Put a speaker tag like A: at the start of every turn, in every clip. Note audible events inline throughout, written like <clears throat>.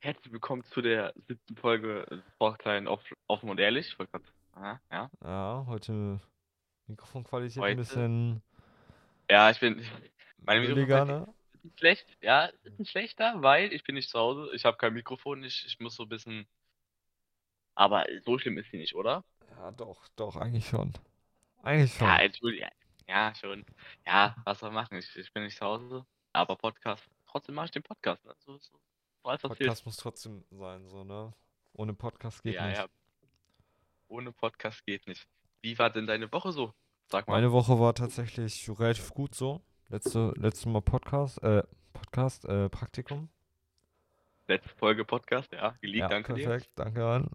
A: Herzlich willkommen zu der siebten Folge des Sportkleinen off offen und ehrlich. Ich wollte grad, aha, ja.
B: Ja, heute Mikrofonqualität ein
A: Heute?
B: bisschen
A: ja, ich bin. <laughs> Meine
B: billiger,
A: Mikrofonqualität
B: ne?
A: ist nicht schlecht. Ja, ist nicht schlechter, weil ich bin nicht zu Hause. Ich habe kein Mikrofon. Ich, ich muss so ein bisschen. Aber so schlimm ist sie nicht, oder?
B: Ja, doch, doch, eigentlich schon. Eigentlich schon.
A: Ja, entschuldige. Ja, schon. Ja, was soll man machen? Ich, ich bin nicht zu Hause. Aber Podcast. Trotzdem mache ich den Podcast. Ne? So, so, so als was
B: Podcast muss trotzdem sein, so, ne? Ohne Podcast geht
A: ja,
B: nicht.
A: ja. Ohne Podcast geht nicht. Wie war denn deine Woche so? Sag mal.
B: Meine Woche war tatsächlich relativ gut so. Letzte, letzte Mal Podcast, äh, Podcast, äh, Praktikum.
A: Letzte Folge Podcast, ja, geleakt,
B: ja,
A: danke dir.
B: perfekt, danke an.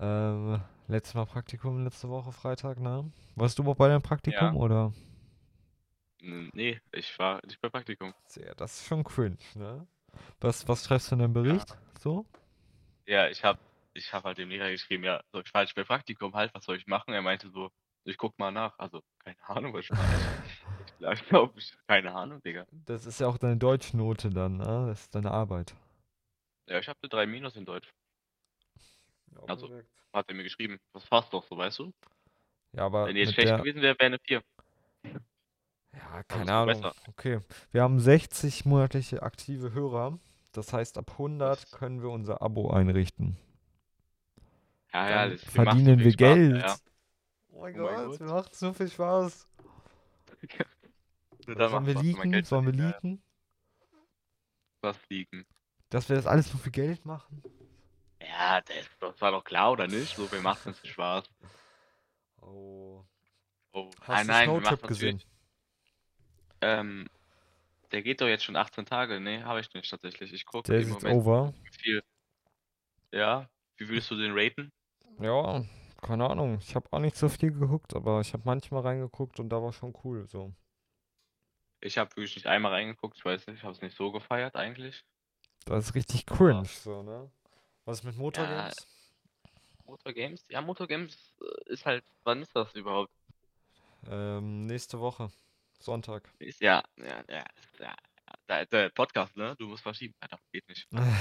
B: Ähm, letztes Mal Praktikum, letzte Woche Freitag, ne? Warst du überhaupt bei deinem Praktikum oder?
A: N- Nee, ich war nicht bei Praktikum.
B: Ja, das ist schon cringe, ne? Was, was schreibst du in deinem Bericht? So?
A: Ja, ich hab, ich hab halt dem Lehrer geschrieben, ja, so, ich war nicht bei Praktikum, halt, was soll ich machen? Er meinte so, ich guck mal nach. Also, keine Ahnung, was ich mache. Ich glaub, ich <laughs> glaub, ich, keine Ahnung, Digga.
B: Das ist ja auch deine Deutschnote dann, ne? Das ist deine Arbeit.
A: Ja, ich hab eine 3 Minus in Deutsch. Also-
B: ja,
A: Hat er mir geschrieben. Das passt doch so, weißt du?
B: aber
A: Wenn die jetzt
B: mit
A: schlecht
B: der,
A: gewesen wäre, wäre eine 4.
B: ja,
A: ist
B: keine
A: doch
B: Ahnung.
A: besser.
B: Okay, wir haben 60 monatliche aktive Hörer. Das heißt, ab 100
A: ist-
B: können wir unser Abo einrichten.
A: Ja, ja,
B: Dann
A: das macht so
B: verdienen
A: viel
B: wir
A: Spaß,
B: Geld.
A: Ja,
B: Oh mein
A: Oh mein
B: Gott,
A: Gott.
B: wir machen so viel Spaß. <laughs>
A: ja. Dann
B: Sollen
A: macht
B: wir
A: Spaß, wenn man
B: leaken?
A: Geld
B: Sollen wir
A: verdient, ja, ja.
B: leaken?
A: Was liegen.
B: Dass wir das alles nur für Geld machen?
A: Ja, das, das war doch klar, oder nicht? So, wir machen uns Spaß.
B: Oh.
A: Oh,
B: Hast
A: ah,
B: du
A: nein, wir machen
B: Snowtap
A: natürlich.
B: gesehen?
A: Ähm, der geht doch jetzt schon 18 Tage. Nee, habe ich nicht tatsächlich. Ich gucke
B: Der
A: im
B: ist jetzt
A: Moment
B: over.
A: wie viel. Ja, wie würdest du den raten?
B: Ja, keine Ahnung. Ich habe auch nicht so viel geguckt, aber ich habe manchmal reingeguckt und da war schon cool. So.
A: Ich habe wirklich nicht einmal reingeguckt. Ich weiß nicht, ich habe es nicht so gefeiert eigentlich.
B: Das ist richtig cringe, so, ne? Was mit Motorgames?
A: Motor Games? Ja, Motor Games äh, ist halt, wann ist das überhaupt?
B: Ähm, nächste Woche. Sonntag. <laughs>
A: Ist ja, ja, ja, ist ja. ja, Da, der Podcast, ne? Du musst verschieben. Alter, geht nicht.
B: Ah.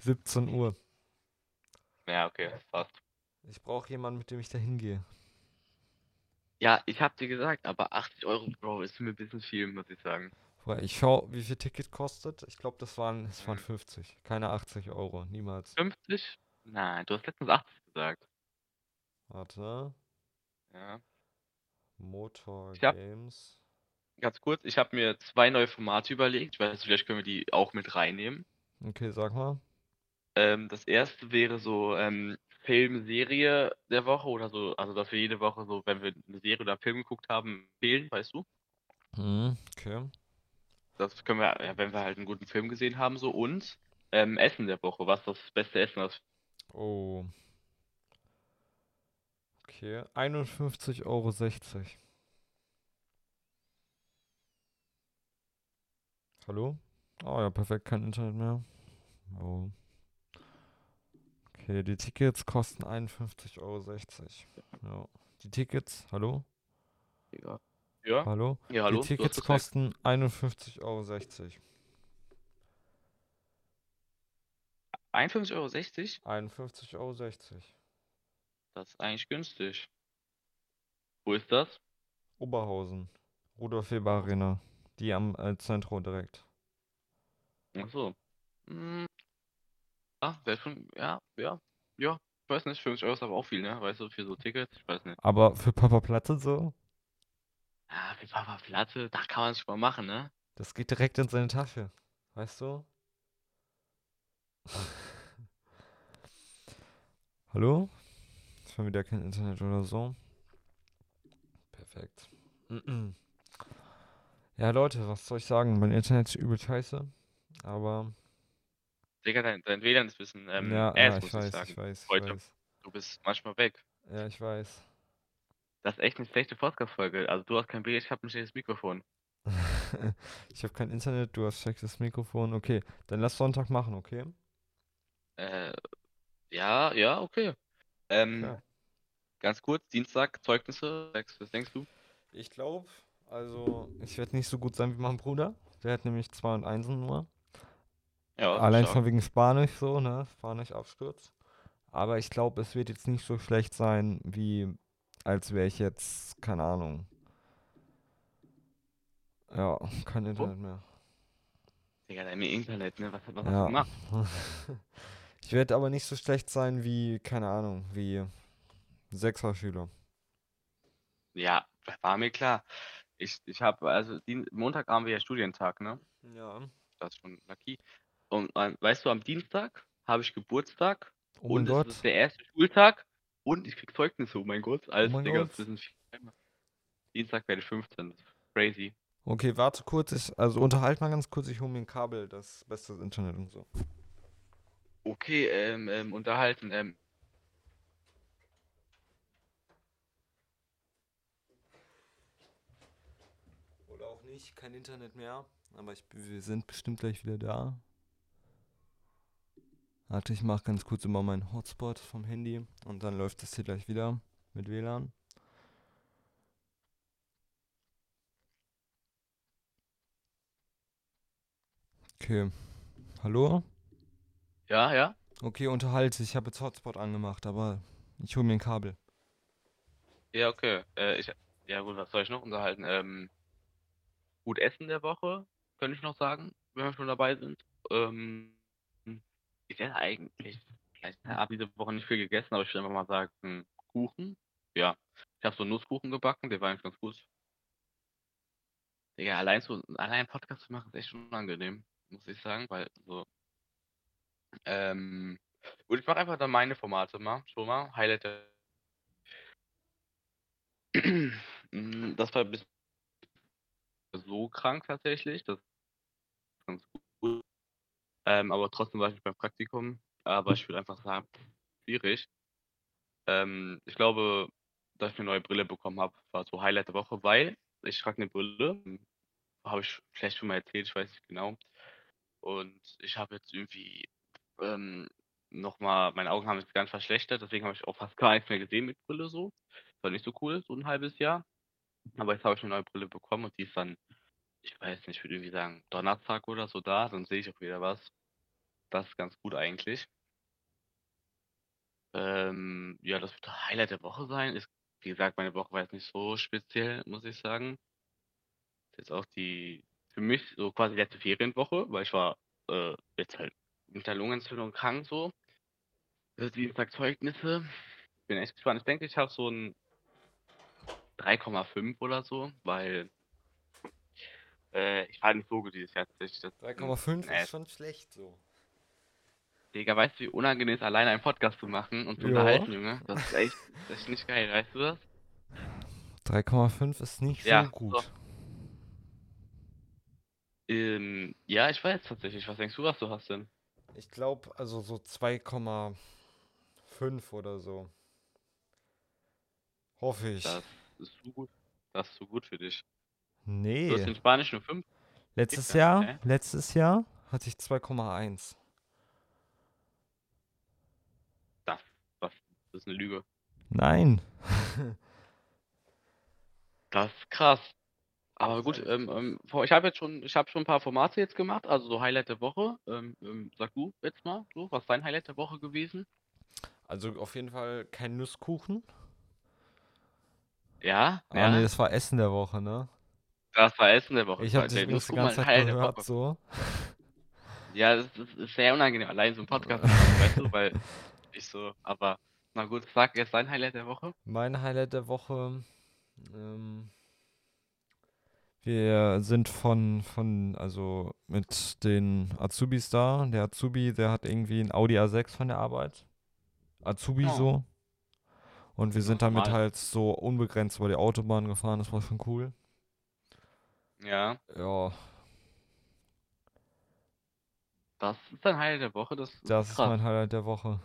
B: 17 Uhr.
A: Ja, okay, passt.
B: Ich brauche jemanden, mit dem ich da hingehe.
A: Ja, ich habe dir gesagt, aber 80 Euro, Bro, ist mir ein bisschen viel, muss ich sagen.
B: Wobei, Ich schau, wie viel Ticket kostet. Ich glaube, das waren, es waren 50. Keine 80 Euro. Niemals.
A: 50? Nein, du hast letztens 80 gesagt.
B: Warte.
A: Ja. hab-
B: Motorgames.
A: Ganz kurz, ich habe mir zwei neue Formate überlegt. Weißt du, vielleicht können wir die auch mit reinnehmen.
B: Okay, sag mal.
A: Ähm, das erste wäre so ähm, Film-Serie der Woche oder so. Also, dass wir jede Woche so, wenn wir eine Serie oder einen Film geguckt haben, empfehlen, weißt du?
B: Hm, okay.
A: Das können wir, ja, wenn wir halt einen guten Film gesehen haben, so. Und ähm, Essen der Woche. Was das beste Essen ist.
B: Oh. Okay. 51,60 Euro. Hallo? Oh ja, perfekt, kein Internet mehr. Oh. Okay, die Tickets kosten 51,60 Euro. Ja. Die Tickets, hallo?
A: Ja. Ja,
B: Hallo?
A: ja,
B: Die
A: hallo. du hast
B: Tickets
A: gesagt.
B: kosten 51,60 Euro.
A: 51,60 Euro?
B: 51,60 Euro.
A: Das ist eigentlich günstig. Wo ist das?
B: Oberhausen. Rudolf Weber Arena. Die am äh, Zentrum direkt.
A: Ach so. Hm. Ja, wäre schon, ja, ja, ja. Ich weiß nicht, 50 Euro ist aber auch viel, ne? Weißt du, für so Tickets, ich weiß nicht.
B: Aber für Papa Platte so,
A: Ah, für Papa Platte, da kann man es schon mal machen, ne?
B: das geht direkt in seine Tasche. Weißt du? <laughs> Hallo? Ist schon wieder kein Internet oder so. Perfekt. <clears throat> Ja, Leute, was soll ich sagen? Mein Internet ist übel scheiße. Aber.
A: Digga, dein, dein WLAN ist ein bisschen, ähm,
B: ja,
A: ass,
B: ja,
A: muss
B: ich
A: ich
B: weiß,
A: sagen.
B: ich weiß, ich
A: heute.
B: weiß.
A: Du bist manchmal weg.
B: Ja, ich weiß. <laughs>
A: Das ist echt eine schlechte Podcast-Folge. Also, du hast kein Bild, ich habe ein schlechtes Mikrofon.
B: ich habe kein Internet, du hast schlechtes Mikrofon. Okay, dann lass Sonntag machen, okay?
A: Äh, ja, ja, okay. Ähm,
B: Klar.
A: ganz kurz, Dienstag, Zeugnisse, was denkst du?
B: Ich glaube, also ich werde nicht so gut sein wie mein Bruder. Der hat nämlich 2 und Einsen nur.
A: Ja,
B: Allein
A: stark.
B: schon wegen Spanisch so, ne? Spanisch-Absturz. Aber ich glaube, es wird jetzt nicht so schlecht sein, wie als wäre ich jetzt, keine Ahnung. Ja, kein Internet mehr. <laughs>
A: Digga, dein Internet, ne? Was hat man was
B: Ja.
A: gemacht?
B: Ich werde aber nicht so schlecht sein wie, keine Ahnung, wie Sechser-Schüler.
A: Ja, war mir klar. Ich, ich habe, also Dien- Montag haben wir ja Studientag, ne?
B: Ja.
A: Das ist schon lucky. Und ähm, weißt du, am Dienstag habe ich Geburtstag
B: Oh mein
A: und
B: Gott.
A: es ist der erste Schultag und ich krieg Zeugnisse, oh mein Gott. Alles,
B: mein
A: Digga,
B: Gott.
A: das sind vier- Dienstag werde ich 15. Das ist crazy.
B: Okay, warte kurz. Ich, also unterhalt mal ganz kurz. Ich hole mir ein Kabel, das beste Internet und so.
A: Okay, ähm, ähm, unterhalten. Ähm,
B: Oder auch nicht, kein Internet mehr. Aber ich, wir sind bestimmt gleich wieder da. Warte, ich mache ganz kurz immer meinen Hotspot vom Handy und dann läuft das hier gleich wieder mit WLAN. Okay. Hallo?
A: ja, ja.
B: Okay, unterhalte. Ich habe jetzt Hotspot angemacht, aber ich hole mir ein Kabel.
A: Ja, okay. Äh, ich, ja gut, was soll ich noch unterhalten? Ähm, gut essen der Woche, könnte ich noch sagen, wenn wir schon dabei sind. Ähm, ich hätte eigentlich, ich habe diese Woche nicht viel gegessen, aber ich würde einfach mal sagen, Kuchen. Ja, ich habe so einen Nusskuchen gebacken, der war eigentlich ganz gut. Ja, allein so, allein einen Podcast zu machen, ist echt unangenehm, muss ich sagen, weil so. Ähm, gut, ich mache einfach dann meine Formate mal, schon mal, Highlight der Mm, Das war bis so krank tatsächlich. Das ist ganz gut. Ähm, aber trotzdem war ich nicht beim Praktikum. Aber ich würde einfach sagen, schwierig. Ähm, ich glaube, dass ich eine neue Brille bekommen habe, war so Highlight der Woche, weil ich trage eine Brille. Habe ich vielleicht schon mal erzählt, ich weiß nicht genau. Und ich habe jetzt irgendwie ähm, nochmal, meine Augen haben sich ganz verschlechtert, deswegen habe ich auch fast gar nichts mehr gesehen mit Brille so war nicht so cool, so ein halbes Jahr. Aber jetzt habe ich eine neue Brille bekommen und die ist dann, ich weiß nicht, ich würde irgendwie sagen, Donnerstag oder so da, dann sehe ich auch wieder was. Das ist ganz gut eigentlich. Ähm, ja, das wird das Highlight der Woche sein. Ist, wie gesagt, meine Woche war jetzt nicht so speziell, muss ich sagen. Ist jetzt auch die, für mich so quasi letzte Ferienwoche, weil ich war äh, jetzt halt mit der Lungenentzündung krank so. Das ist Dienstag Zeugnisse. Bin echt gespannt. Ich denke, ich habe so ein 3,5 oder so, weil äh, ich war nicht so gut dieses Jahr tatsächlich. Das-
B: 3,5
A: Nee,
B: ist schon schlecht so.
A: Digga, weißt du, wie unangenehm es ist, alleine einen Podcast zu machen und zu
B: Ja.
A: unterhalten, Junge? Das ist
B: <laughs>
A: echt, das ist nicht geil, weißt du das?
B: 3,5 ist nicht
A: Ja,
B: so
A: so.
B: gut.
A: Ähm, ja, ich weiß tatsächlich. Was denkst du, was du hast denn?
B: Ich glaube, also so 2,5 oder so. Hoffe ich.
A: Das ist zu gut. Das ist zu gut für dich. Du hast
B: Nee.
A: in Spanisch nur 5.
B: Letztes
A: gar
B: Jahr,
A: nicht, hä?
B: letztes Jahr hatte ich 2,1.
A: Das, das, das ist eine Lüge.
B: Nein.
A: Das ist krass. Aber gut,
B: alles
A: ähm,
B: krass.
A: ähm, vor- ich habe jetzt schon, ich habe schon ein paar Formate jetzt gemacht, also so Highlight der Woche. Ähm, ähm, sag du jetzt mal, so, was ist dein Highlight der Woche gewesen?
B: <laughs> Also auf jeden Fall kein Nusskuchen.
A: Ja,
B: Ah
A: ja.
B: nee, das war Essen der Woche, ne?
A: Das war Essen der Woche.
B: Ich habe
A: Leute.
B: dich
A: Jetzt muss
B: übrigens die
A: guck mal, ein
B: ganze Zeit
A: Highlight der
B: gehört
A: Woche.
B: so.
A: Ja, es ist, es ist sehr unangenehm, allein so einen Podcast
B: <laughs>
A: zu machen, weißt du, weil ich so, aber na gut, sag jetzt dein Highlight der Woche.
B: Mein Highlight der Woche. Ähm, wir sind von, von, also mit den Azubis da. Der Azubi, der hat irgendwie ein Audi A6 von der Arbeit. Azubi
A: Oh.
B: so. Und wir
A: Ja,
B: sind damit
A: normal.
B: halt so unbegrenzt über die Autobahn gefahren. Das war schon cool.
A: Ja,
B: Ja,
A: das ist dein Highlight der Woche, das ist
B: das ist
A: krass.
B: mein Highlight der Woche.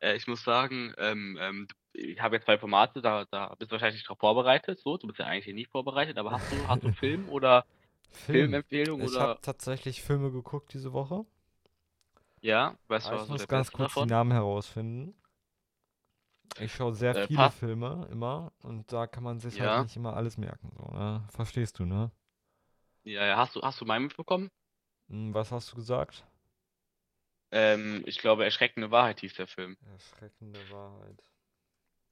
A: Äh, ich muss sagen, ähm, ähm, du- ich habe jetzt zwei Formate, da, da bist du wahrscheinlich nicht drauf vorbereitet, so, du bist ja eigentlich nie vorbereitet, aber hast du, hast
B: <laughs>
A: du Film oder
B: Film.
A: Filmempfehlung
B: Ich
A: oder
B: habe tatsächlich Filme geguckt diese Woche.
A: ja, weißt du,
B: Aber Ah, ich
A: was so
B: muss
A: der
B: ganz
A: beste
B: kurz die
A: davon?
B: Namen herausfinden. Ich schaue sehr
A: Äh,
B: viele
A: passt,
B: Filme immer und da kann man sich halt
A: ja.
B: nicht immer alles merken. So, ne? Verstehst du, ne?
A: Ja, ja, hast du, hast du meinen mitbekommen?
B: Hm, Was hast du gesagt?
A: Ähm, ich glaube, erschreckende Wahrheit hieß der Film.
B: Erschreckende Wahrheit.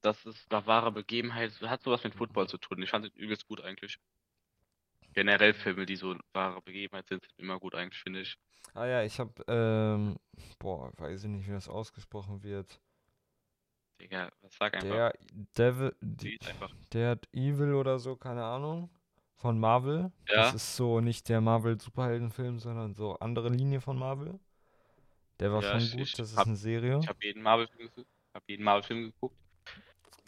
A: Das ist eine wahre Begebenheit. Das Hat sowas mit Football zu tun. Ich fand es übelst gut eigentlich. Generell Filme, die so wahre Begebenheit sind, sind immer gut eigentlich, finde ich.
B: Ah ja, ich habe, ähm, boah, weiß ich nicht, wie das ausgesprochen wird.
A: Digga, was sag einfach.
B: Der Devil, die-
A: Sieht einfach.
B: der Evil oder so, keine Ahnung, von Marvel.
A: Ja.
B: Das ist so nicht der Marvel-Superheldenfilm, sondern so andere Linie von Marvel. Der war
A: Ja,
B: schon
A: ich-
B: gut,
A: ich
B: das ist
A: hab-
B: eine Serie.
A: Ich habe jeden Marvel-Film geguckt. Hab jeden Marvel-Film geguckt.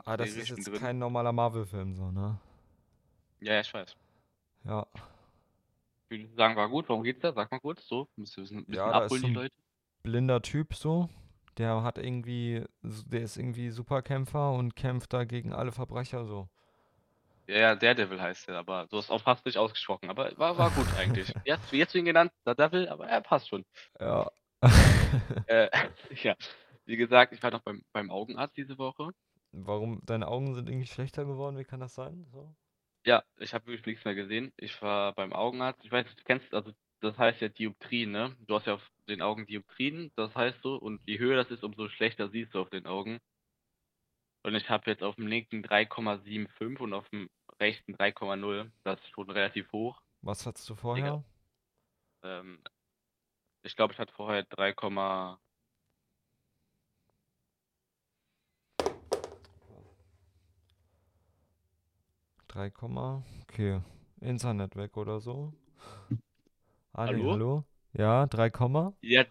B: Ah, das
A: Serie,
B: ist
A: ich bin
B: jetzt
A: drin.
B: kein normaler Marvel-Film, so, ne?
A: Ja, ja, ich weiß.
B: Ja.
A: Ich würde sagen, war gut. Warum geht's da? Sag mal kurz. So, müsst ihr ein bisschen
B: Ja, da ist
A: abholen,
B: so
A: die
B: ein-
A: Leute.
B: blinder Typ so. Der hat irgendwie, s- der ist irgendwie Superkämpfer und kämpft da gegen alle Verbrecher so.
A: Ja, ja, Daredevil heißt er, aber du hast auch fast nicht ausgesprochen. Aber war, war gut
B: <laughs>
A: eigentlich. Jetzt, jetzt ihn genannt, Daredevil, aber er passt schon.
B: Ja.
A: Äh, <laughs> ja, wie gesagt, ich war noch beim, beim Augenarzt diese Woche.
B: <laughs> Warum? Deine Augen sind irgendwie schlechter geworden? Wie kann das sein? So?
A: Ja, ich habe wirklich nichts mehr gesehen. Ich war beim Augenarzt. Ich weiß, du kennst, also das heißt ja Dioptrien, ne? Du hast ja auf den Augen Dioptrien, das heißt so. Und je höher das ist, umso schlechter siehst du auf den Augen. Und ich habe jetzt auf dem linken 3,75 und auf dem rechten 3,0. Das ist schon relativ hoch.
B: Was hattest du vorher?
A: Ähm, ich glaube, ich hatte vorher 3,
B: drei Komma. Okay. Internet weg oder so. Ah, nee,
A: Hallo?
B: hallo? Ja,
A: <laughs>
B: drei Komma.
A: Ja,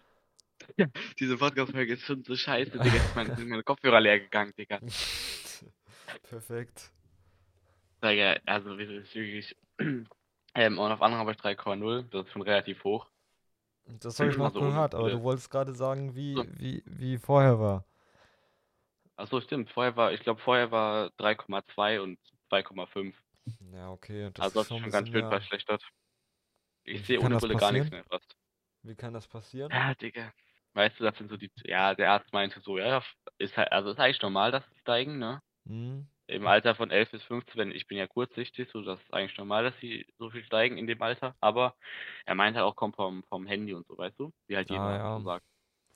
A: ja, diese Podcast-Folge ist schon so scheiße, Digga. Jetzt mein, sind meine Kopfhörer leer gegangen, Digga.
B: Perfekt.
A: Digga, also wir sind wirklich. <clears throat> Ähm, und auf anderen habe ich 3,0, das ist schon relativ hoch.
B: Das habe ich noch
A: Also ohne
B: gehört, aber
A: Brille.
B: du wolltest gerade sagen, wie,
A: So.
B: wie, wie vorher war.
A: Achso, stimmt. Vorher war, ich glaube, vorher war 3,2 und 2,5.
B: Ja, okay. Das
A: Also
B: ist
A: das ist
B: schon
A: schon ganz
B: ein bisschen
A: schön
B: mehr.
A: verschlechtert.
B: Wie
A: Ich sehe
B: kann
A: ohne
B: das
A: Brille gar nichts
B: passieren?
A: mehr fast.
B: Wie kann das passieren?
A: Ja, Digga. Weißt du, das sind so die. Ja, der Arzt meinte so, ja, ist halt, also ist eigentlich normal, dass sie steigen, ne?
B: Hm?
A: im Alter von 11 bis 15, wenn ich bin ja kurzsichtig, so das ist eigentlich normal, dass sie so viel steigen in dem Alter, aber er meinte halt auch, kommt vom, vom Handy und so, weißt du, wie halt jeder
B: Ah,
A: ja.
B: ja.
A: so sagt.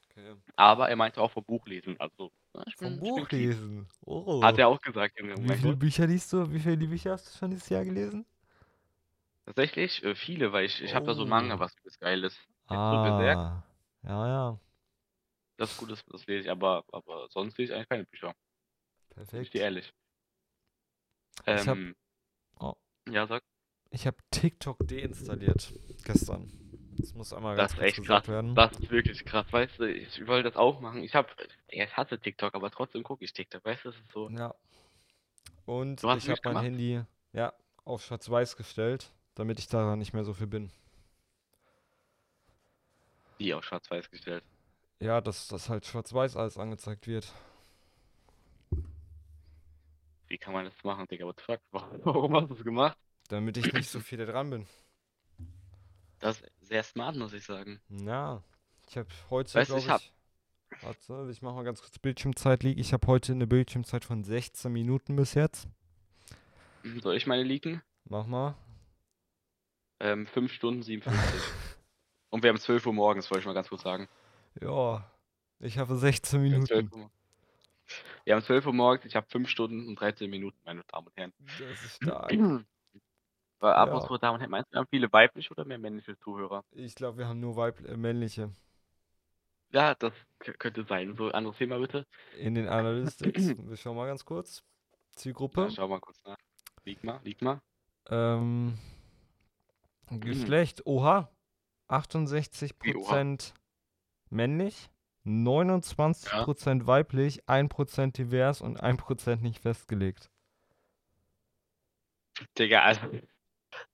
B: Okay.
A: Aber er meinte auch vom Buchlesen, also na, ich
B: Vom
A: bin- ich bin
B: Buch
A: clean.
B: lesen. Oh.
A: Hat er auch gesagt, Junge, oh
B: Wie
A: mein
B: viele
A: Gott.
B: Bücher liest du? Wie viele Bücher hast du schon dieses Jahr gelesen?
A: Tatsächlich äh, viele, weil ich, ich habe da so einen Manga,
B: Oh.
A: was übelst geil ist. Jetzt so gesagt,
B: Ah. Ja, ja.
A: das Gute ist, das lese ich, aber, aber sonst lese ich eigentlich keine Bücher, bin ich
B: Perfekt.
A: dir ehrlich.
B: Ich hab-
A: Ähm,
B: Oh.
A: Ja, sag,
B: Ich habe TikTok deinstalliert gestern. Das muss einmal
A: Das
B: ganz
A: ist
B: kurz
A: echt
B: gesagt werden.
A: das ist wirklich krass, weißt du, ich wollte das auch machen. Ich hab, ja, ich hasse TikTok, aber trotzdem gucke ich TikTok, weißt du, das ist so.
B: Ja. Und
A: Du hast
B: ich habe
A: nicht
B: mein
A: gemacht?
B: Handy ja, auf schwarz-weiß gestellt, damit ich da nicht mehr so viel bin.
A: Die auf schwarz-weiß gestellt.
B: Ja, dass das halt schwarz-weiß alles angezeigt wird.
A: Wie kann man das machen, Digga? What the fuck? <laughs> Warum, warum hast du es gemacht? <clears throat>
B: Damit ich nicht so viel da dran bin.
A: Das ist sehr smart, muss ich sagen.
B: Ja. Ich habe heute,
A: Weißt du,
B: glaube
A: ich
B: ich.
A: hab-
B: Warte, ich mache mal ganz kurz Bildschirmzeit liegen. Ich habe heute eine Bildschirmzeit von 16 Minuten bis jetzt.
A: Hm, Soll ich meine leaken?
B: Mach mal.
A: Ähm, 5 Stunden 57. <laughs> Und wir haben 12 Uhr morgens, wollte ich mal ganz kurz sagen.
B: Ja. Ich habe 16
A: Wir haben 12
B: Minuten.
A: Uhr. mor- Wir haben 12 Uhr morgens, ich habe 5 Stunden und 13 Minuten, meine Damen und Herren.
B: Das ist stark.
A: <clears throat> Aber
B: Ja.
A: apropos Damen und Herren, meinst du, wir haben viele weibliche oder mehr männliche Zuhörer?
B: Ich glaube, wir haben nur weib äh, männliche.
A: Ja, das k- könnte sein. So, anderes Thema bitte.
B: In den
A: <clears throat>
B: Analytics. Wir schauen mal ganz kurz. Zielgruppe.
A: Ja, schau mal kurz nach. Lieg mal, lieg mal.
B: Ähm,
A: Mhm.
B: Geschlecht. Oha. 68%
A: Wie, oha?
B: männlich. 29% weiblich. 1% divers und 1% nicht festgelegt.
A: Digga, also. <clears throat>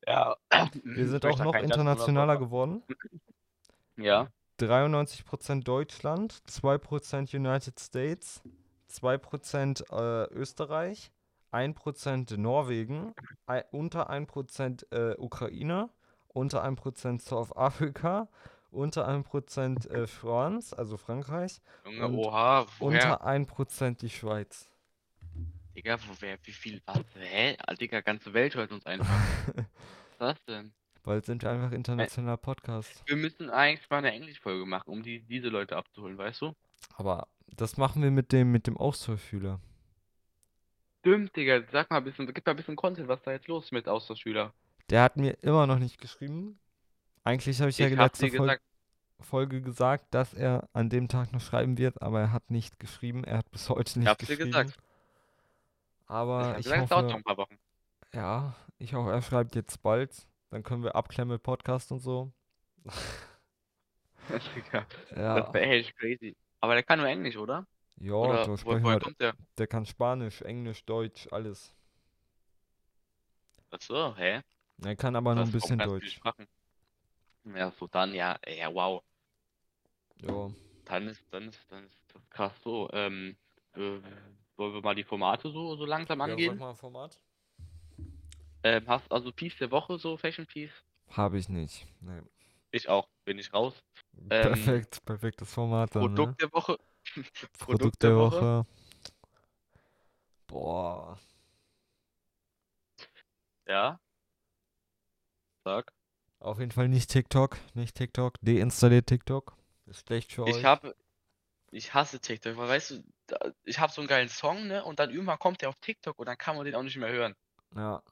A: Ja.
B: Wir sind
A: Ich
B: auch
A: sag
B: noch
A: Mhm. kein Judgment oder so,
B: internationaler
A: aber-
B: geworden.
A: Ja.
B: 93% Deutschland, 2% United States, 2% äh, Österreich, 1% Norwegen, ei- unter 1% äh, Ukraine, unter 1% South Africa, unter 1% äh, France, also Frankreich,
A: Junge,
B: Und
A: oha, woher?
B: unter 1% die Schweiz. <laughs>
A: Digga, woher, wie viel was? Hä? Ah, Digga, ganze Welt hört uns einfach. Was ist das denn?
B: Weil es sind wir einfach internationaler Podcast.
A: Wir müssen eigentlich mal eine Englischfolge machen, um die, diese Leute abzuholen, weißt du?
B: Aber das machen wir mit dem, mit dem Austauschschüler.
A: Stimmt, Digga, sag mal ein bisschen, gib mal ein bisschen Content, was da jetzt los ist mit Austauschschüler.
B: Der hat mir immer noch nicht geschrieben. Eigentlich habe ich ja
A: ich hab
B: letzte
A: dir
B: Folge.
A: gesagt,
B: Folge gesagt, dass er an dem Tag noch schreiben wird, aber er hat nicht geschrieben. Er hat bis heute nicht
A: hab's dir
B: geschrieben.
A: gesagt. ich
B: Aber
A: hab
B: ich
A: gesagt, es dauert noch
B: hoffe,
A: ein paar Wochen. <laughs>
B: ja, ich hoffe, er schreibt jetzt bald. Dann können wir abklemmen mit Podcast und so.
A: Digga,
B: Ja,
A: das wäre echt crazy. Aber der kann nur Englisch, oder?
B: ja,
A: oder um.
B: da
A: wo-
B: sprechen
A: woher
B: wir,
A: kommt der?
B: der kann Spanisch, Englisch, Deutsch, alles.
A: Achso, hä?
B: Er kann aber
A: Du
B: noch
A: hast
B: ein
A: auch
B: bisschen
A: ganz viele
B: Deutsch.
A: Sprachen. Ja, so dann, ja, ja, wow.
B: Ja.
A: Dann ist, dann ist, dann ist das krass so. Ähm, äh, wollen wir mal die Formate so, so langsam
B: ja, sag
A: angehen?
B: mal ein Format.
A: ähm, hast also Piece der Woche, so Fashion Piece?
B: Habe ich nicht. Nee.
A: Ich auch, bin ich raus. Ähm,
B: Perfekt, perfektes Format dann. ne?
A: Produkt der Woche.
B: Produkt der Woche. Boah.
A: Ja. Sag.
B: Auf jeden Fall nicht TikTok, nicht TikTok. Deinstalliert TikTok. Ist schlecht für euch.
A: Ich habe, ich hasse TikTok, weil weißt du, da, ich habe so einen geilen Song, ne? Und dann irgendwann kommt der auf TikTok und dann kann man den auch nicht mehr hören.
B: Ja.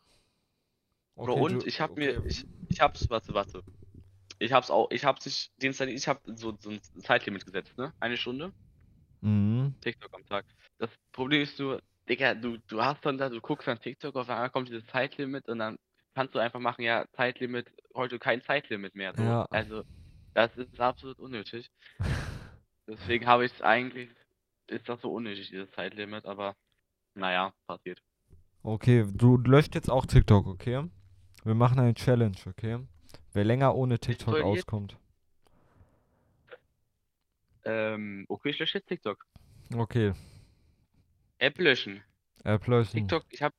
B: Okay,
A: Bro, und
B: du-
A: ich habe mir,
B: okay.
A: ich, ich hab's, warte, warte. Ich hab's auch, ich hab's nicht, den Zeit- ich hab so, so ein Zeitlimit gesetzt, ne? Eine Stunde
B: Mhm.
A: TikTok am Tag. Das Problem ist nur, Digga, du, du hast dann da, du guckst an TikTok, auf einmal kommt dieses Zeitlimit und dann kannst du einfach machen, ja, Zeitlimit, heute kein Zeitlimit mehr. So.
B: Ja.
A: Also, das ist absolut unnötig. Deswegen habe ich es eigentlich, ist das so unnötig, dieses Zeitlimit, aber naja, passiert.
B: Okay, du löscht jetzt auch TikTok, okay? Wir machen eine Challenge, okay? Wer länger ohne TikTok
A: soll jetzt-
B: auskommt.
A: Ähm, okay, ich lösche jetzt TikTok.
B: Okay,
A: App löschen.
B: App löschen.
A: TikTok, ich habe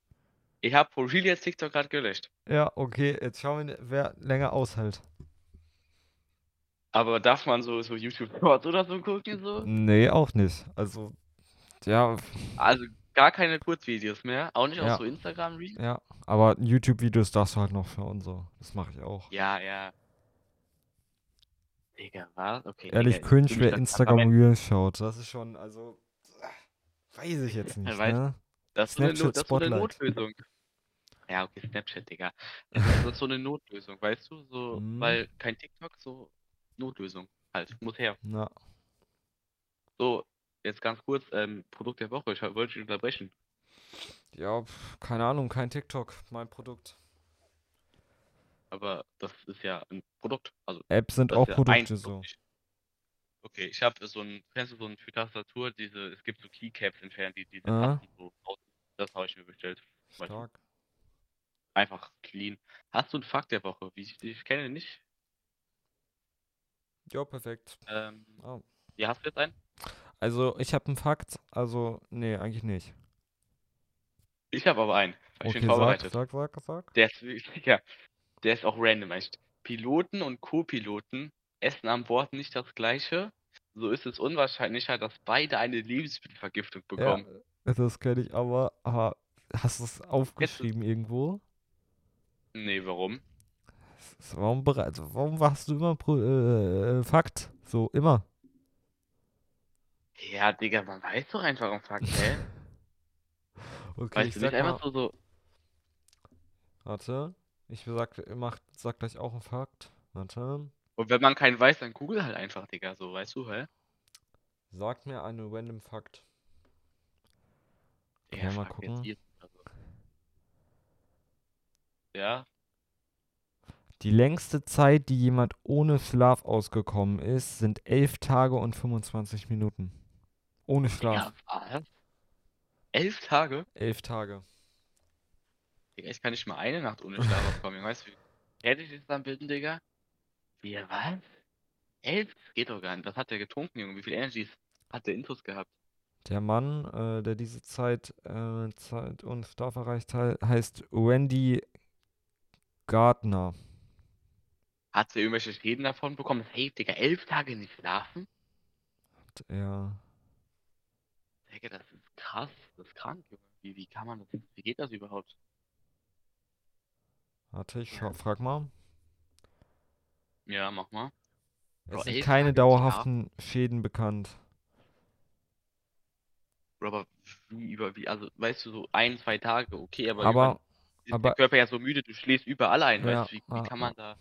A: ich hab for real jetzt TikTok gerade gelöscht.
B: Ja, okay, jetzt schauen wir, wer länger aushält.
A: Aber darf man so, so YouTube-Shorts oder so gucken? So?
B: Nee, auch nicht. Also, ja,
A: Also gar keine Kurzvideos mehr, auch nicht
B: Ja.
A: auf so instagram reels
B: ja. Aber YouTube-Videos darfst du halt noch schauen, so. Das mache ich auch.
A: Ja, ja. Digga, was? Okay.
B: Ehrlich
A: Digga,
B: cringe,
A: Äh, ich fühl mich
B: wer
A: grad
B: Instagram
A: transparent.
B: Reels schaut. Das ist schon, also. Weiß ich
A: <laughs>
B: jetzt nicht,
A: Weiß-
B: ne?
A: Das ist so eine,
B: Snapchat
A: Not- das ist so eine
B: Spotlight.
A: Notlösung. Ja, okay, Snapchat,
B: <laughs>
A: Digga. Das ist so eine Notlösung, weißt du? So,
B: Mhm.
A: weil kein TikTok, so Notlösung. Halt, muss her.
B: Na,
A: So, jetzt ganz kurz, ähm, Produkt der Woche. Ich wollte dich unterbrechen.
B: ja, pf, keine Ahnung, kein TikTok, mein Produkt.
A: Aber das ist ja ein Produkt. Also,
B: Apps sind
A: das
B: auch
A: ist ja ein
B: Produkte so.
A: Produkt. Ich- Okay, ich habe so ein, kennst du so ein für Tastatur, diese, es gibt so Keycaps entfernt, die diese
B: Ah.
A: Tasten so aus. Das habe ich mir bestellt. Beispiel.
B: Stark.
A: Einfach clean. Hast du einen Fakt der Woche? Wie, ich, ich kenne nicht.
B: Ja, perfekt.
A: Ähm,
B: Ah.
A: ja, hast du jetzt einen?
B: Also, ich habe einen Fakt. Also, nee, eigentlich nicht.
A: Ich habe aber einen. Hab Ich bin
B: Okay, sag,
A: vorbereitet.
B: sag, sag, sag.
A: Der ist wirklich- <laughs> ja, der ist auch random echt. Piloten und Co-Piloten essen an Bord nicht das gleiche. So ist es unwahrscheinlich, dass beide eine Lebensmittelvergiftung
B: Ja, äh,
A: bekommen.
B: das kenne ich aber. aber hast du es aufgeschrieben irgendwo?
A: Nee, warum?
B: S- s- Warum, berei- also, warum hast du immer Pro äh, äh, Fakt? So, immer.
A: Ja, Digga, man weiß doch einfach am Fakt, hä?
B: Okay,
A: Weißt
B: ich
A: du
B: sag
A: nicht
B: mal.
A: einfach so, so,
B: Warte, ich sag, mach, sag gleich auch einen Fakt. Warte.
A: und wenn man keinen weiß, dann google halt einfach, Digga, so, weißt du, hä?
B: Sag mir einen random Fakt.
A: Digga,
B: Ja, mal
A: frag
B: gucken.
A: jetzt ihr. Also. Ja,
B: Die längste Zeit, die jemand ohne Schlaf ausgekommen ist, sind 11 Tage und 25 Minuten. Ohne
A: Digga,
B: Schlaf.
A: was? Elf Tage?
B: 11 Tage.
A: Digga, ich kann nicht mal eine Nacht ohne Schlaf auskommen. Weißt du, wie fertig ist dann bitten, Digga? Wie, was? Elf? Das Geht doch gar nicht. Was hat der getrunken, Junge? Wie viel Energies hat der Intus gehabt?
B: Der Mann, äh, der diese Zeit, äh, Zeit und Schlaf erreicht hat, heißt Randy Gardner.
A: Hat er irgendwelche Schäden davon bekommen? Hey, Digga, elf Tage nicht schlafen?
B: Und Er,
A: Digga, das ist krass. Das ist krank, Junge. Wie, wie kann man das? Wie geht das überhaupt?
B: warte, ich scha- frag mal.
A: Ja, mach mal.
B: Es
A: Boah,
B: sind
A: elf
B: keine
A: Tage im Jahr.
B: dauerhaften Schäden bekannt.
A: Bro, Aber wie über wie, also weißt du, so ein, zwei Tage, okay, aber,
B: Aber,
A: irgendwann ist
B: aber-
A: der Körper ja so müde, du schläfst überall ein,
B: Ja,
A: weißt du, wie, wie
B: ja,
A: kann
B: ja.
A: man da.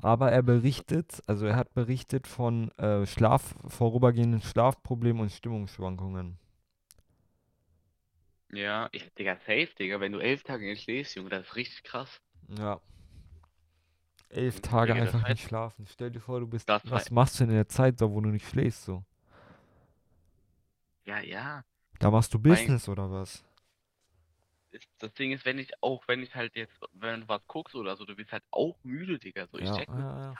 B: aber er berichtet, also er hat berichtet von äh, Schlaf, vorübergehenden Schlafproblemen und Stimmungsschwankungen.
A: Ja, ich, Digga, safe, Digga, wenn du elf Tage nicht schläfst, Junge, das ist richtig krass.
B: Ja. Elf
A: Hm, Digga,
B: Tage
A: das
B: einfach
A: heißt-
B: nicht schlafen. Stell dir vor, du bist.
A: Das
B: was
A: heißt-
B: machst du denn in der Zeit, da wo du nicht schläfst? So?
A: Ja, ja.
B: Da machst du
A: Mein-
B: Business oder was?
A: ist, das Ding ist, wenn ich auch, wenn ich halt jetzt, wenn du was guckst oder so, du bist halt auch müde, Digga. So, ich
B: ja,
A: check
B: ja,
A: mit,
B: ja.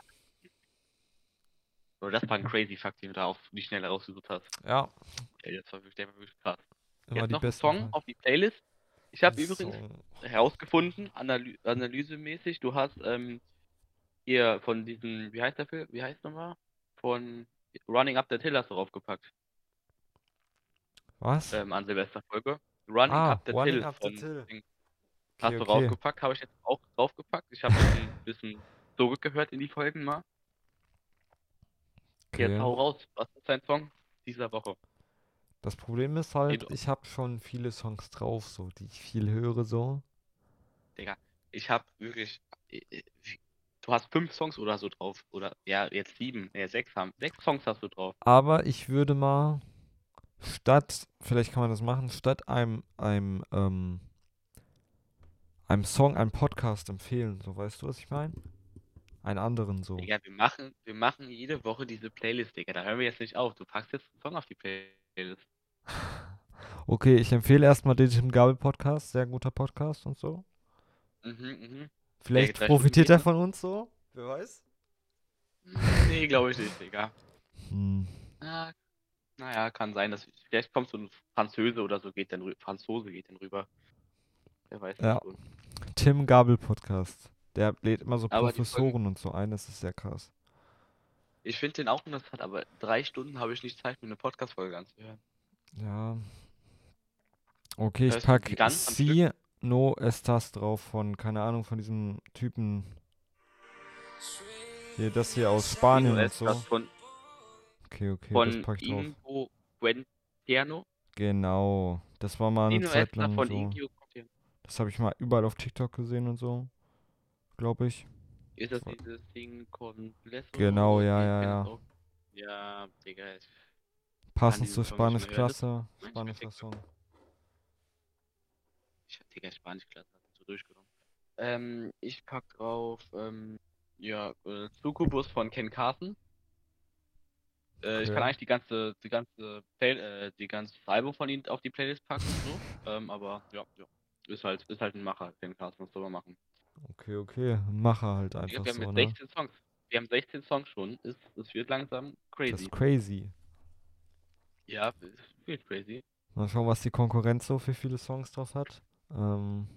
A: oder das war ein crazy Fakt, den du da auf die Schnelle rausgesucht hast.
B: ja,
A: Ey, das war wirklich, der war wirklich krass.
B: immer
A: jetzt
B: die
A: noch ein
B: besten.
A: Song
B: Fragen.
A: auf die Playlist. Ich habe
B: Ein
A: übrigens
B: Song.
A: herausgefunden, analy analysemäßig, du hast ähm, hier von diesem, wie heißt der Film, wie heißt nochmal? Von Running Up That Hill hast du draufgepackt,
B: Was?
A: ähm, an Silvesterfolge. Running
B: Ah,
A: Up That
B: Running
A: Hill
B: Up That
A: von
B: Hill.
A: Ding. Hast
B: okay,
A: du
B: okay.
A: raufgepackt, habe ich jetzt auch draufgepackt. Ich habe ein bisschen zurückgehört in die Folgen mal. Jetzt hau
B: okay.
A: raus. Was ist dein Song dieser Woche?
B: Das Problem ist halt,
A: du-
B: ich habe schon viele Songs drauf, so, die ich viel höre, so.
A: Ich habe wirklich. äh, Du hast fünf Songs oder so drauf. Oder ja, jetzt sieben. Ja, sechs haben. Sechs Songs hast du drauf.
B: Aber ich würde mal statt, vielleicht kann man das machen, statt einem, einem, ähm, einem Song, einem Podcast empfehlen, so, weißt du, was ich meine? Einen anderen, so.
A: Digga, wir machen, wir machen jede Woche diese Playlist, Digga. Da hören wir jetzt nicht auf. Du packst jetzt einen Song auf die Playlist.
B: Okay, ich empfehle erstmal den Tim Gabel Podcast, sehr guter Podcast und so.
A: Mhm,
B: Vielleicht
A: drei Stunden
B: profitiert er
A: geht
B: von uns so, wer weiß.
A: mhm. Nee, glaube ich nicht, Digga.
B: Hm.
A: Na, naja, kann sein, dass. Vielleicht kommt so ein Franzose oder so, geht dann rüber. Franzose geht dann rüber. Wer weiß
B: Ja.
A: schon.
B: Tim Gabel Podcast. Der lädt immer so
A: Aber die Folgen-
B: Professoren und so ein, das ist sehr krass.
A: Ich finde den auch interessant, aber drei Stunden habe ich nicht Zeit, mir eine Podcast-Folge anzuhören.
B: Ja. Okay, ich
A: Hörst du die
B: pack
A: ganz am Stück?
B: Si No Estas drauf von, keine Ahnung, von diesem Typen. Hier, das hier aus Spanien und
A: US
B: so.
A: das von,
B: Okay, okay, das
A: von
B: pack ich drauf.
A: Ingo Guentiano.
B: Genau. Das war mal eine
A: Nino
B: Zeit
A: Esther
B: lang
A: von
B: so.
A: Ingo Guentiano.
B: Das habe ich mal überall auf TikTok gesehen und so. Glaube ich.
A: Ist das
B: Voll.
A: dieses Ding von Blesso?
B: Genau, ja, ja, ja.
A: Ja, Digga. ich-
B: Passend
A: diesen
B: zur
A: Song nicht
B: Spanisch
A: mehr hören. Das-
B: Klasse.
A: mein
B: Spanischer
A: Spektrum.
B: Song.
A: Ich hab Digga Spanisch klasse so durchgenommen. Ähm, ich pack drauf, ähm, ja, äh, Succubus von Ken Carson. Äh, ich kann
B: Okay.
A: eigentlich die ganze, die ganze, Play äh, die ganze Album von ihm auf die Playlist packen, so. Ähm, aber ja, ja. Ist halt, ist halt ein Macher, Ken Carson, was soll man machen.
B: Okay, okay. Macher halt
A: Ich glaub,
B: einfach
A: wir haben
B: so,
A: jetzt
B: ne?
A: 16 Songs. Wir haben 16 Songs schon. Es, es wird langsam
B: Das
A: crazy.
B: ist crazy.
A: Ja, es wird crazy.
B: Mal schauen, was die Konkurrenz so für viele Songs drauf hat. Ähm,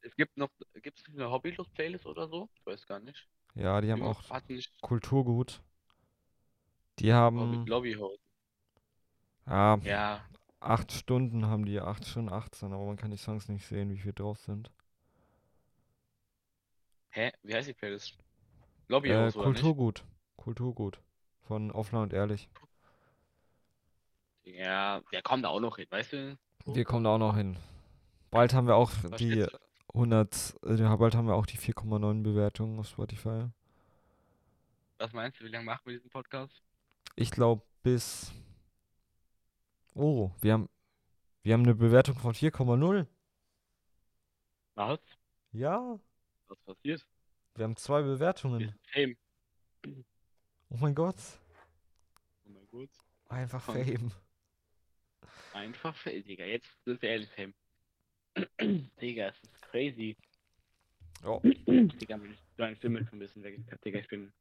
A: Es gibt noch, gibt es eine Hobbylos-Playlist oder so? Ich weiß gar nicht.
B: ja, die haben
A: Irgendwas
B: auch
A: Hat nicht
B: Kulturgut. Die haben,
A: Hobby- Lobbyhaus.
B: ja,
A: Ja,
B: acht Stunden haben die, acht Stunden 18, aber man kann die Songs nicht sehen, wie viel drauf sind.
A: Hä? Wie heißt die Playlist?
B: Äh,
A: Lobbyhaus oder nicht?
B: Kulturgut. Kulturgut. Von Offline und Ehrlich.
A: Ja, wir kommen da auch noch hin, weißt du?
B: Wir kommen da auch noch hin. Bald haben wir auch
A: Was
B: die
A: schätzt
B: 100, äh, ja, bald haben wir auch die 4,9 Bewertungen auf Spotify.
A: du- Was meinst du, wie lange machen wir diesen Podcast?
B: Ich glaube bis, oh, wir haben, wir haben eine Bewertung von 4,0.
A: Was?
B: Ja.
A: Was passiert?
B: Wir haben zwei
A: Wir
B: Bewertungen.
A: sind Fame.
B: Oh mein Gott.
A: Oh mein Gott.
B: Einfach
A: Komm.
B: Fame.
A: Einfach Fame, Digga. Jetzt sind wir ehrlich Fame. <clears throat> Digga, es ist crazy.
B: Ja.
A: Digga, meine Stimme ist ein bisschen weggekackt, Digga. Ich bin.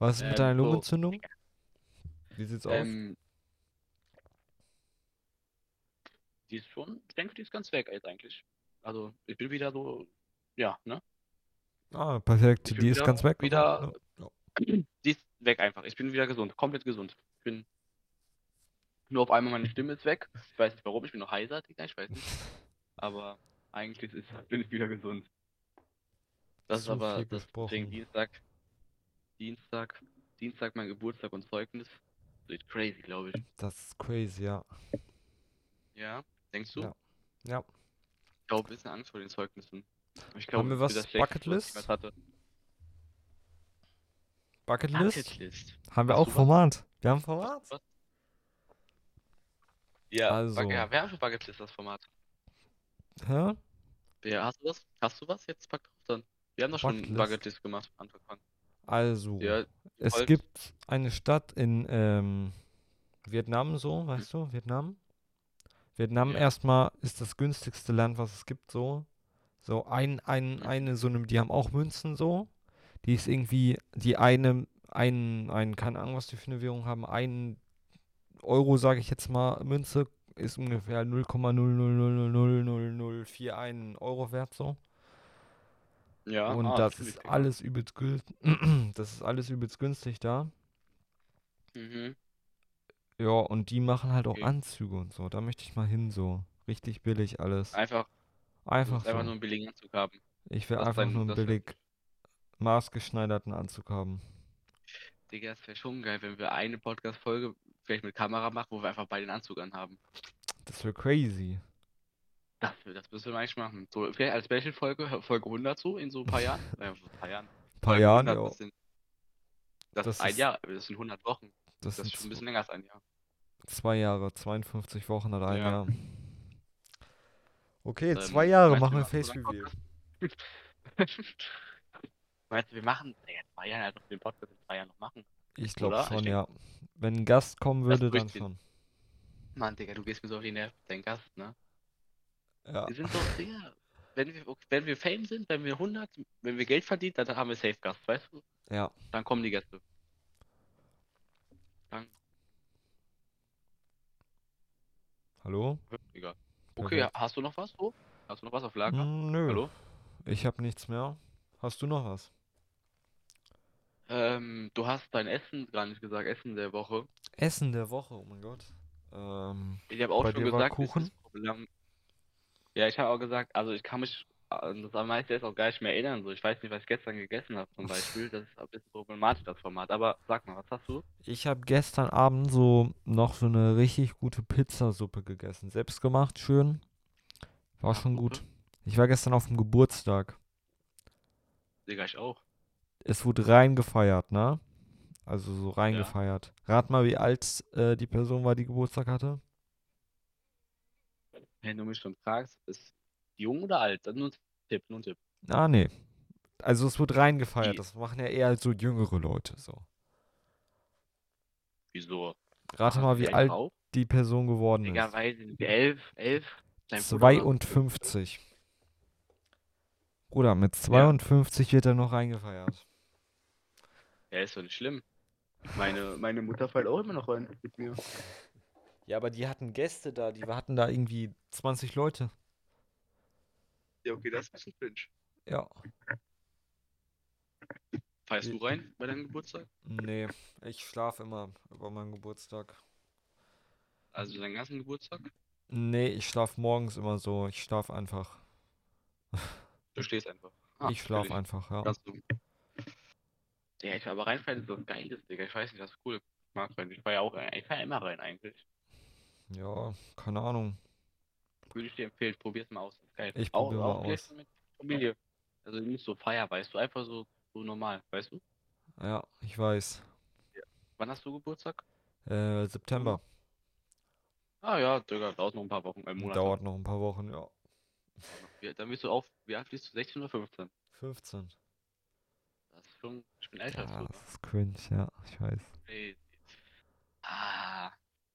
B: Was ist mit
A: Ähm,
B: deiner
A: so,
B: Lungenentzündung? Wie sieht's aus?
A: Ähm, die ist schon, ich denke, die ist ganz weg jetzt eigentlich. Also, ich bin wieder so, ja, ne?
B: Ah, perfekt.
A: ich
B: Die
A: bin
B: ist
A: wieder-
B: ganz weg.
A: wieder-
B: Ja.
A: Die ist weg einfach. Ich bin wieder gesund, komplett gesund. Ich bin nur auf einmal meine Stimme ist weg. Ich weiß nicht warum, ich bin noch heiser, Digga, ich weiß nicht. Aber eigentlich ist, bin ich wieder gesund. Das ist
B: Zu
A: aber
B: viel
A: das ist deswegen
B: gesprochen.
A: Dienstag, Dienstag, Dienstag mein Geburtstag und Zeugnis. Wird crazy, glaube ich.
B: <laughs> Das ist crazy, ja.
A: Ja, denkst du?
B: Ja. Ja.
A: Ich glaube, ein bisschen Angst vor den Zeugnissen. Ich glaube,
B: wir
A: für
B: was
A: das Schlechteste, was ich
B: Bucketlist?
A: jemals hatte.
B: Bucketlist?
A: Bucketlist.
B: Haben wir
A: Hast
B: auch
A: du was?
B: Format. Wir haben Format.
A: Was? Ja,
B: Also.
A: also. ja, wir haben schon Bucketlist, das Format.
B: Hä?
A: Ja, hast du was? Hast du was jetzt? Pack drauf dann. Wir haben doch schon
B: Bucketlist.
A: Bucketlist gemacht am Anfang.
B: Also,
A: Ja,
B: es
A: Holz.
B: gibt eine Stadt in ähm, Vietnam, so, weißt du, Vietnam. Vietnam
A: Ja.
B: erstmal ist das günstigste Land, was es gibt, so. So, ein, ein,
A: Mhm.
B: eine, so eine, die haben auch Münzen, so. Die ist irgendwie, die eine, ein, ein, keine Ahnung, was die für eine Währung haben, ein Euro, sage ich jetzt mal, Münze ist ungefähr 0,0000041 Euro wert, so.
A: ja,
B: Und
A: ah,
B: das
A: stimmt,
B: ist
A: ich krieg-
B: alles übelst günstig. <clears throat> Das ist alles übelst günstig da.
A: Mhm.
B: Ja, und die machen halt auch
A: Okay.
B: Anzüge und so. Da möchte ich mal hin, so. Richtig billig alles.
A: Einfach, du
B: Einfach
A: musst einfach
B: so.
A: nur einen billigen Anzug haben.
B: Ich will
A: das ist
B: einfach
A: dein-
B: nur einen
A: das wär-
B: billig maßgeschneiderten Anzug haben.
A: Digga, es wäre schon geil, wenn wir eine Podcast-Folge vielleicht mit Kamera machen, wo wir einfach beide den Anzug anhaben.
B: Das wäre crazy.
A: Das, das müssen wir eigentlich machen. So, vielleicht als Special-Folge, Folge 100 so, in so ein paar
B: <laughs>
A: Jahren. Äh, ein paar Jahren.
B: Ein paar
A: Folge
B: Jahren,
A: 100,
B: ja.
A: Das, sind, das,
B: Das
A: ist ein
B: ist-
A: Jahr, das sind 100 Wochen.
B: Das
A: Das
B: sind
A: ist schon ein
B: zw-
A: bisschen länger als ein Jahr. <laughs>
B: zwei Jahre, 52 Wochen oder ein
A: Ja.
B: Jahr. Okay,
A: Ähm,
B: zwei Jahre
A: meinst du,
B: machen wir
A: wir machen
B: Face
A: so lange
B: Reveal.
A: Meinst du, wir machen Digga, zwei Jahre, also den Podcast in zwei Jahren noch machen?
B: Ich glaube
A: Oder? Ich
B: schon,
A: denk-
B: ja. Wenn ein Gast kommen
A: Lass
B: würde, dann
A: durchziehen.
B: schon.
A: Mann, Digga, du gehst mir so auf die Nerven, dein Gast, ne?
B: Ja.
A: Wir sind doch, Digga, wenn wir, wenn wir Fame sind, wenn wir 100, wenn wir Geld verdienen, dann haben wir Safe Gast, weißt du?
B: Ja.
A: Dann kommen die Gäste. Dann,
B: Hallo?
A: egal. Okay,
B: Perfekt.
A: hast du noch was, so? Hast du noch was auf Lager?
B: Mm, Nö.
A: Hallo?
B: Ich habe nichts mehr. Hast du noch was?
A: Ähm, du hast dein Essen gar nicht gesagt, Essen der Woche.
B: Essen der Woche, oh mein Gott. Ähm,
A: Ich habe auch
B: Bei
A: schon
B: dir war
A: gesagt, es
B: Kuchen?
A: ist Problem. Ja, ich habe auch gesagt, also ich kann mich an das am meisten jetzt auch gar nicht mehr erinnern. So, ich weiß nicht, was ich gestern gegessen habe
B: <laughs>
A: zum Beispiel. Das ist ein bisschen problematisch, das Format. Aber sag mal, was hast du?
B: ich habe gestern Abend so noch so eine richtig gute Pizzasuppe gegessen. Selbst gemacht, schön. War
A: Ach,
B: schon
A: Suppe.
B: gut. Ich war gestern auf dem Geburtstag.
A: Digga, ich auch.
B: Es wurde reingefeiert, ne? Also so reingefeiert. Rat mal, wie alt äh, die Person war, die Geburtstag hatte.
A: Wenn du mich schon fragst, ist jung oder alt? Dann nur ein Tipp, nur ein Tipp.
B: Ah, nee. Also es wurde reingefeiert.
A: Die-
B: Das machen ja eher so jüngere Leute so.
A: Wieso?
B: Rate
A: Hast
B: mal,
A: du
B: wie
A: einen
B: alt
A: drauf?
B: die Person geworden
A: Digga,
B: ist.
A: weiß ich nicht. Elf, elf. Dein Bruder ne? war so
B: 52. Bruder, mit 52 wird er noch reingefeiert.
A: Ja, ist doch nicht schlimm. Meine, meine Mutter fällt auch immer noch rein mit mir.
B: Ja, aber die hatten Gäste da, die hatten da irgendwie 20 Leute.
A: Ja, okay, das ist ein bisschen cringe.
B: Ja.
A: Fährst du rein bei deinem Geburtstag?
B: Nee, ich schlafe immer über meinen Geburtstag.
A: Also deinen ganzen Geburtstag?
B: Nee, ich schlafe morgens immer so. Ich schlafe einfach.
A: Du stehst einfach.
B: ich schlafe
A: einfach.
B: einfach, ja.
A: Kannst du. Ja, ich war aber reinfallen, ist was Geiles, Digga. Ich weiß nicht, das ist cool. Ich mag rein. Ich war ja auch rein. Ich fahr ja immer rein eigentlich.
B: Ja, keine Ahnung.
A: Würde ich dir empfehlen, probier's mal aus. Das ist geil.
B: Ich
A: auch,
B: probier mal
A: auch gleich
B: aus.
A: mit Familie. Also nicht so Feier, weißt du, einfach so, so normal, weißt du?
B: Ja, ich weiß.
A: Wann hast du Geburtstag?
B: Äh, September.
A: Ah ja, Digga, dauert noch ein paar Wochen, einen Monat.
B: Dauert noch ein paar Wochen, ja.
A: Ja, dann bist du auf, wie alt bist du, 16 oder 15?
B: 15.
A: Das ist schon, ich bin älter
B: Ja,
A: als du. ne?
B: das ist cringe, ja, ich weiß.
A: Ey. Ah.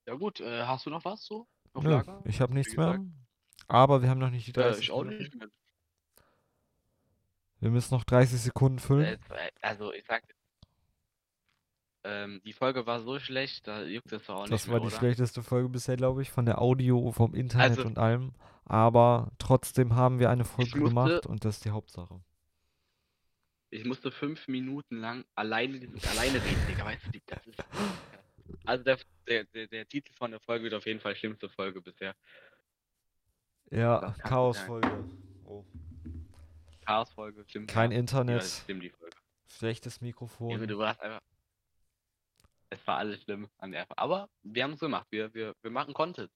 A: Ja gut, äh, hast du noch was so? Auf
B: Nö,
A: Lager?
B: ich habe nichts mehr.
A: gesagt.
B: Aber wir haben noch nicht die
A: Äh,
B: 30
A: ich auch
B: Minuten.
A: nicht mehr.
B: Wir müssen noch 30 Sekunden
A: Äh,
B: füllen.
A: Also ich sag, ähm, die Folge war so schlecht, da juckt es doch auch
B: Das
A: nicht
B: war
A: mehr,
B: die
A: oder?
B: schlechteste Folge bisher, glaube ich, von der Audio, vom Internet
A: Also-
B: und allem. Aber trotzdem haben wir eine Folge
A: musste-
B: gemacht und das ist die Hauptsache.
A: Ich musste fünf Minuten lang alleine, dieses- alleine reden, Digga, weißt du, die- das ist... <laughs> Also der, der, der, der Titel von der Folge wird auf jeden Fall schlimmste Folge bisher.
B: Ja,
A: Das kann sein.
B: Chaosfolge. Oh.
A: Cars-Folge. stimmt,
B: Kein
A: ja. Ja,
B: Internet,
A: stimmt die Folge.
B: schlechtes
A: Junge,
B: Mikrofon.
A: du warst einfach. Es war alles schlimm an der Aber wir haben es gemacht. Wir, wir, wir machen Content.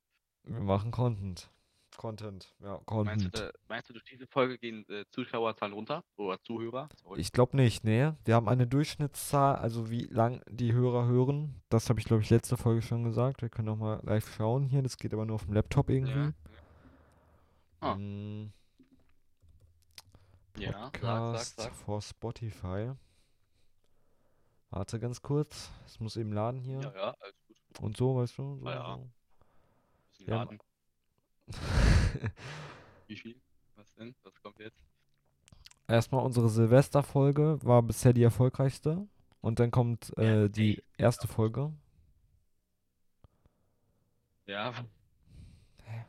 B: Wir machen Content. Content, ja,
A: Meinst du,
B: Content.
A: da- meinst du, durch diese Folge gehen äh, Zuschauerzahlen runter? Oder Zuhörer? Sorry.
B: Ich glaube nicht, nee. Wir haben eine Durchschnittszahl, also wie lang die Hörer hören. Das habe ich, glaube ich, letzte Folge schon gesagt. Wir können auch mal live schauen hier. Das geht aber nur auf dem Laptop irgendwie.
A: Ah.
B: Mm,
A: ja, ja, sag,
B: Podcast
A: sag, sag.
B: vor Spotify. Warte ganz kurz. Es muss eben laden hier.
A: Ja, ja, alles gut.
B: Und so, weißt du? So,
A: Ah ja.
B: so.
A: Bisschen
B: Ja, ma-
A: laden. Wie viel? Was denn? Was kommt jetzt?
B: <laughs> Erstmal unsere Silvesterfolge war bisher die erfolgreichste. Und dann kommt
A: Ja,
B: äh, die
A: safe,
B: erste Folge.
A: Ja.
B: Hä?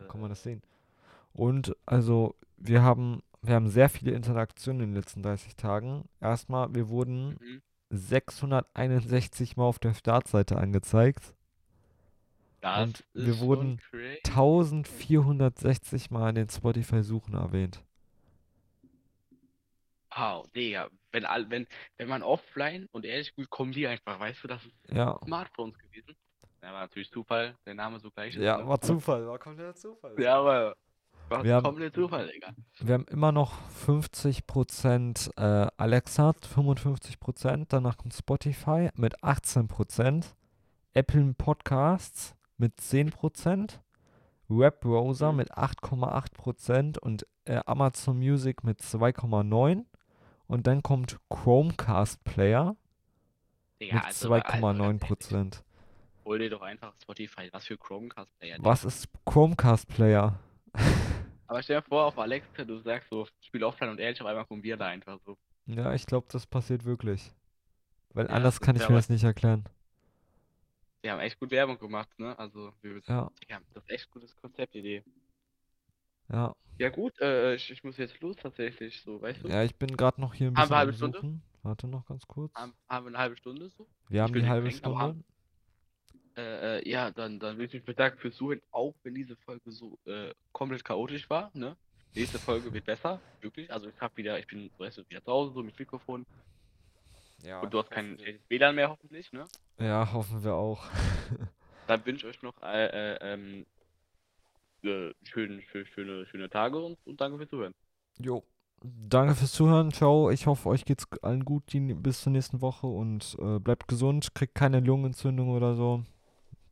A: Äh,
B: Kann man das sehen? Und also, wir haben, wir haben sehr viele Interaktionen in den letzten 30 Tagen. Erstmal, wir wurden
A: mhm.
B: 661 Mal auf der Startseite angezeigt.
A: Das
B: Und wir
A: ist schon
B: wurden
A: crazy.
B: 1460 Mal in den Spotify-Suchen erwähnt.
A: Wow, Digga. Wenn, all- wenn, wenn man offline und ehrlich gut, kommen die einfach. Weißt du, das ist
B: Ja.
A: Smartphones gewesen. Ja, war natürlich Zufall, der Name so gleich ist.
B: Ja,
A: ne?
B: war Zufall, war kompletter Zufall.
A: Ja, aber war
B: Wir haben-
A: komplett Zufall, Digga.
B: Wir haben immer noch 50% äh, Alexa, 55%, danach kommt Spotify mit 18%, Apple Podcasts mit 10%, Webbrowser
A: Mhm.
B: mit 8,8% und äh, Amazon Music mit 2,9% und dann kommt Chromecast Player
A: Digga,
B: mit
A: also, also, ganz ehrlich,
B: 2,9%.
A: Hol dir doch einfach Spotify, was für Chromecast-Player. Digga.
B: Was ist Chromecast Player? <laughs>
A: Aber stell dir vor, auf Alexa, du sagst so, spiel offline und ehrlich, auf einmal kommen wir da einfach so.
B: Ja, ich glaube, das passiert wirklich. Weil
A: Ja,
B: anders
A: das
B: kann
A: ist
B: ich
A: ja
B: mir
A: aber-
B: das nicht erklären.
A: Wir haben echt gut Werbung gemacht, ne? Also, wir,
B: Ja,
A: Digga, das ist echt gutes Konzeptidee.
B: ja.
A: Ja, gut, äh, ich, ich muss jetzt los tatsächlich, so, weißt du?
B: Ja, ich bin gerade noch hier ein
A: wir
B: bisschen
A: halbe
B: am
A: Stunde?
B: Suchen. Warte noch ganz kurz.
A: Haben, haben wir eine halbe Stunde so?
B: Wir haben
A: will
B: die
A: nicht
B: halbe
A: länger, aber haben-
B: Stunde.
A: Äh, äh, ja, dann, dann will ich mich bedanken fürs Zuhören, auch wenn diese Folge so äh, komplett chaotisch war, ne? Nächste Folge wird besser, wirklich. Also ich hab wieder, ich bin weißt du, wieder zu Hause, so mit Mikrofon.
B: Ja,
A: und du hast kein schlechtes WLAN mehr hoffentlich, ne?
B: Ja, hoffen wir auch. <laughs>
A: Dann wünsche ich euch noch äh, äh, ähm, äh, schöne, schöne, schöne, schöne Tage und, und danke fürs Zuhören.
B: Jo. Danke fürs Zuhören. Ciao. Ich hoffe, euch geht's allen gut die, bis zur nächsten Woche und äh, bleibt gesund. Kriegt keine Lungenentzündung oder so.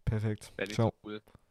B: Perfekt.
A: Wäre nicht
B: Ciao.
A: so cool.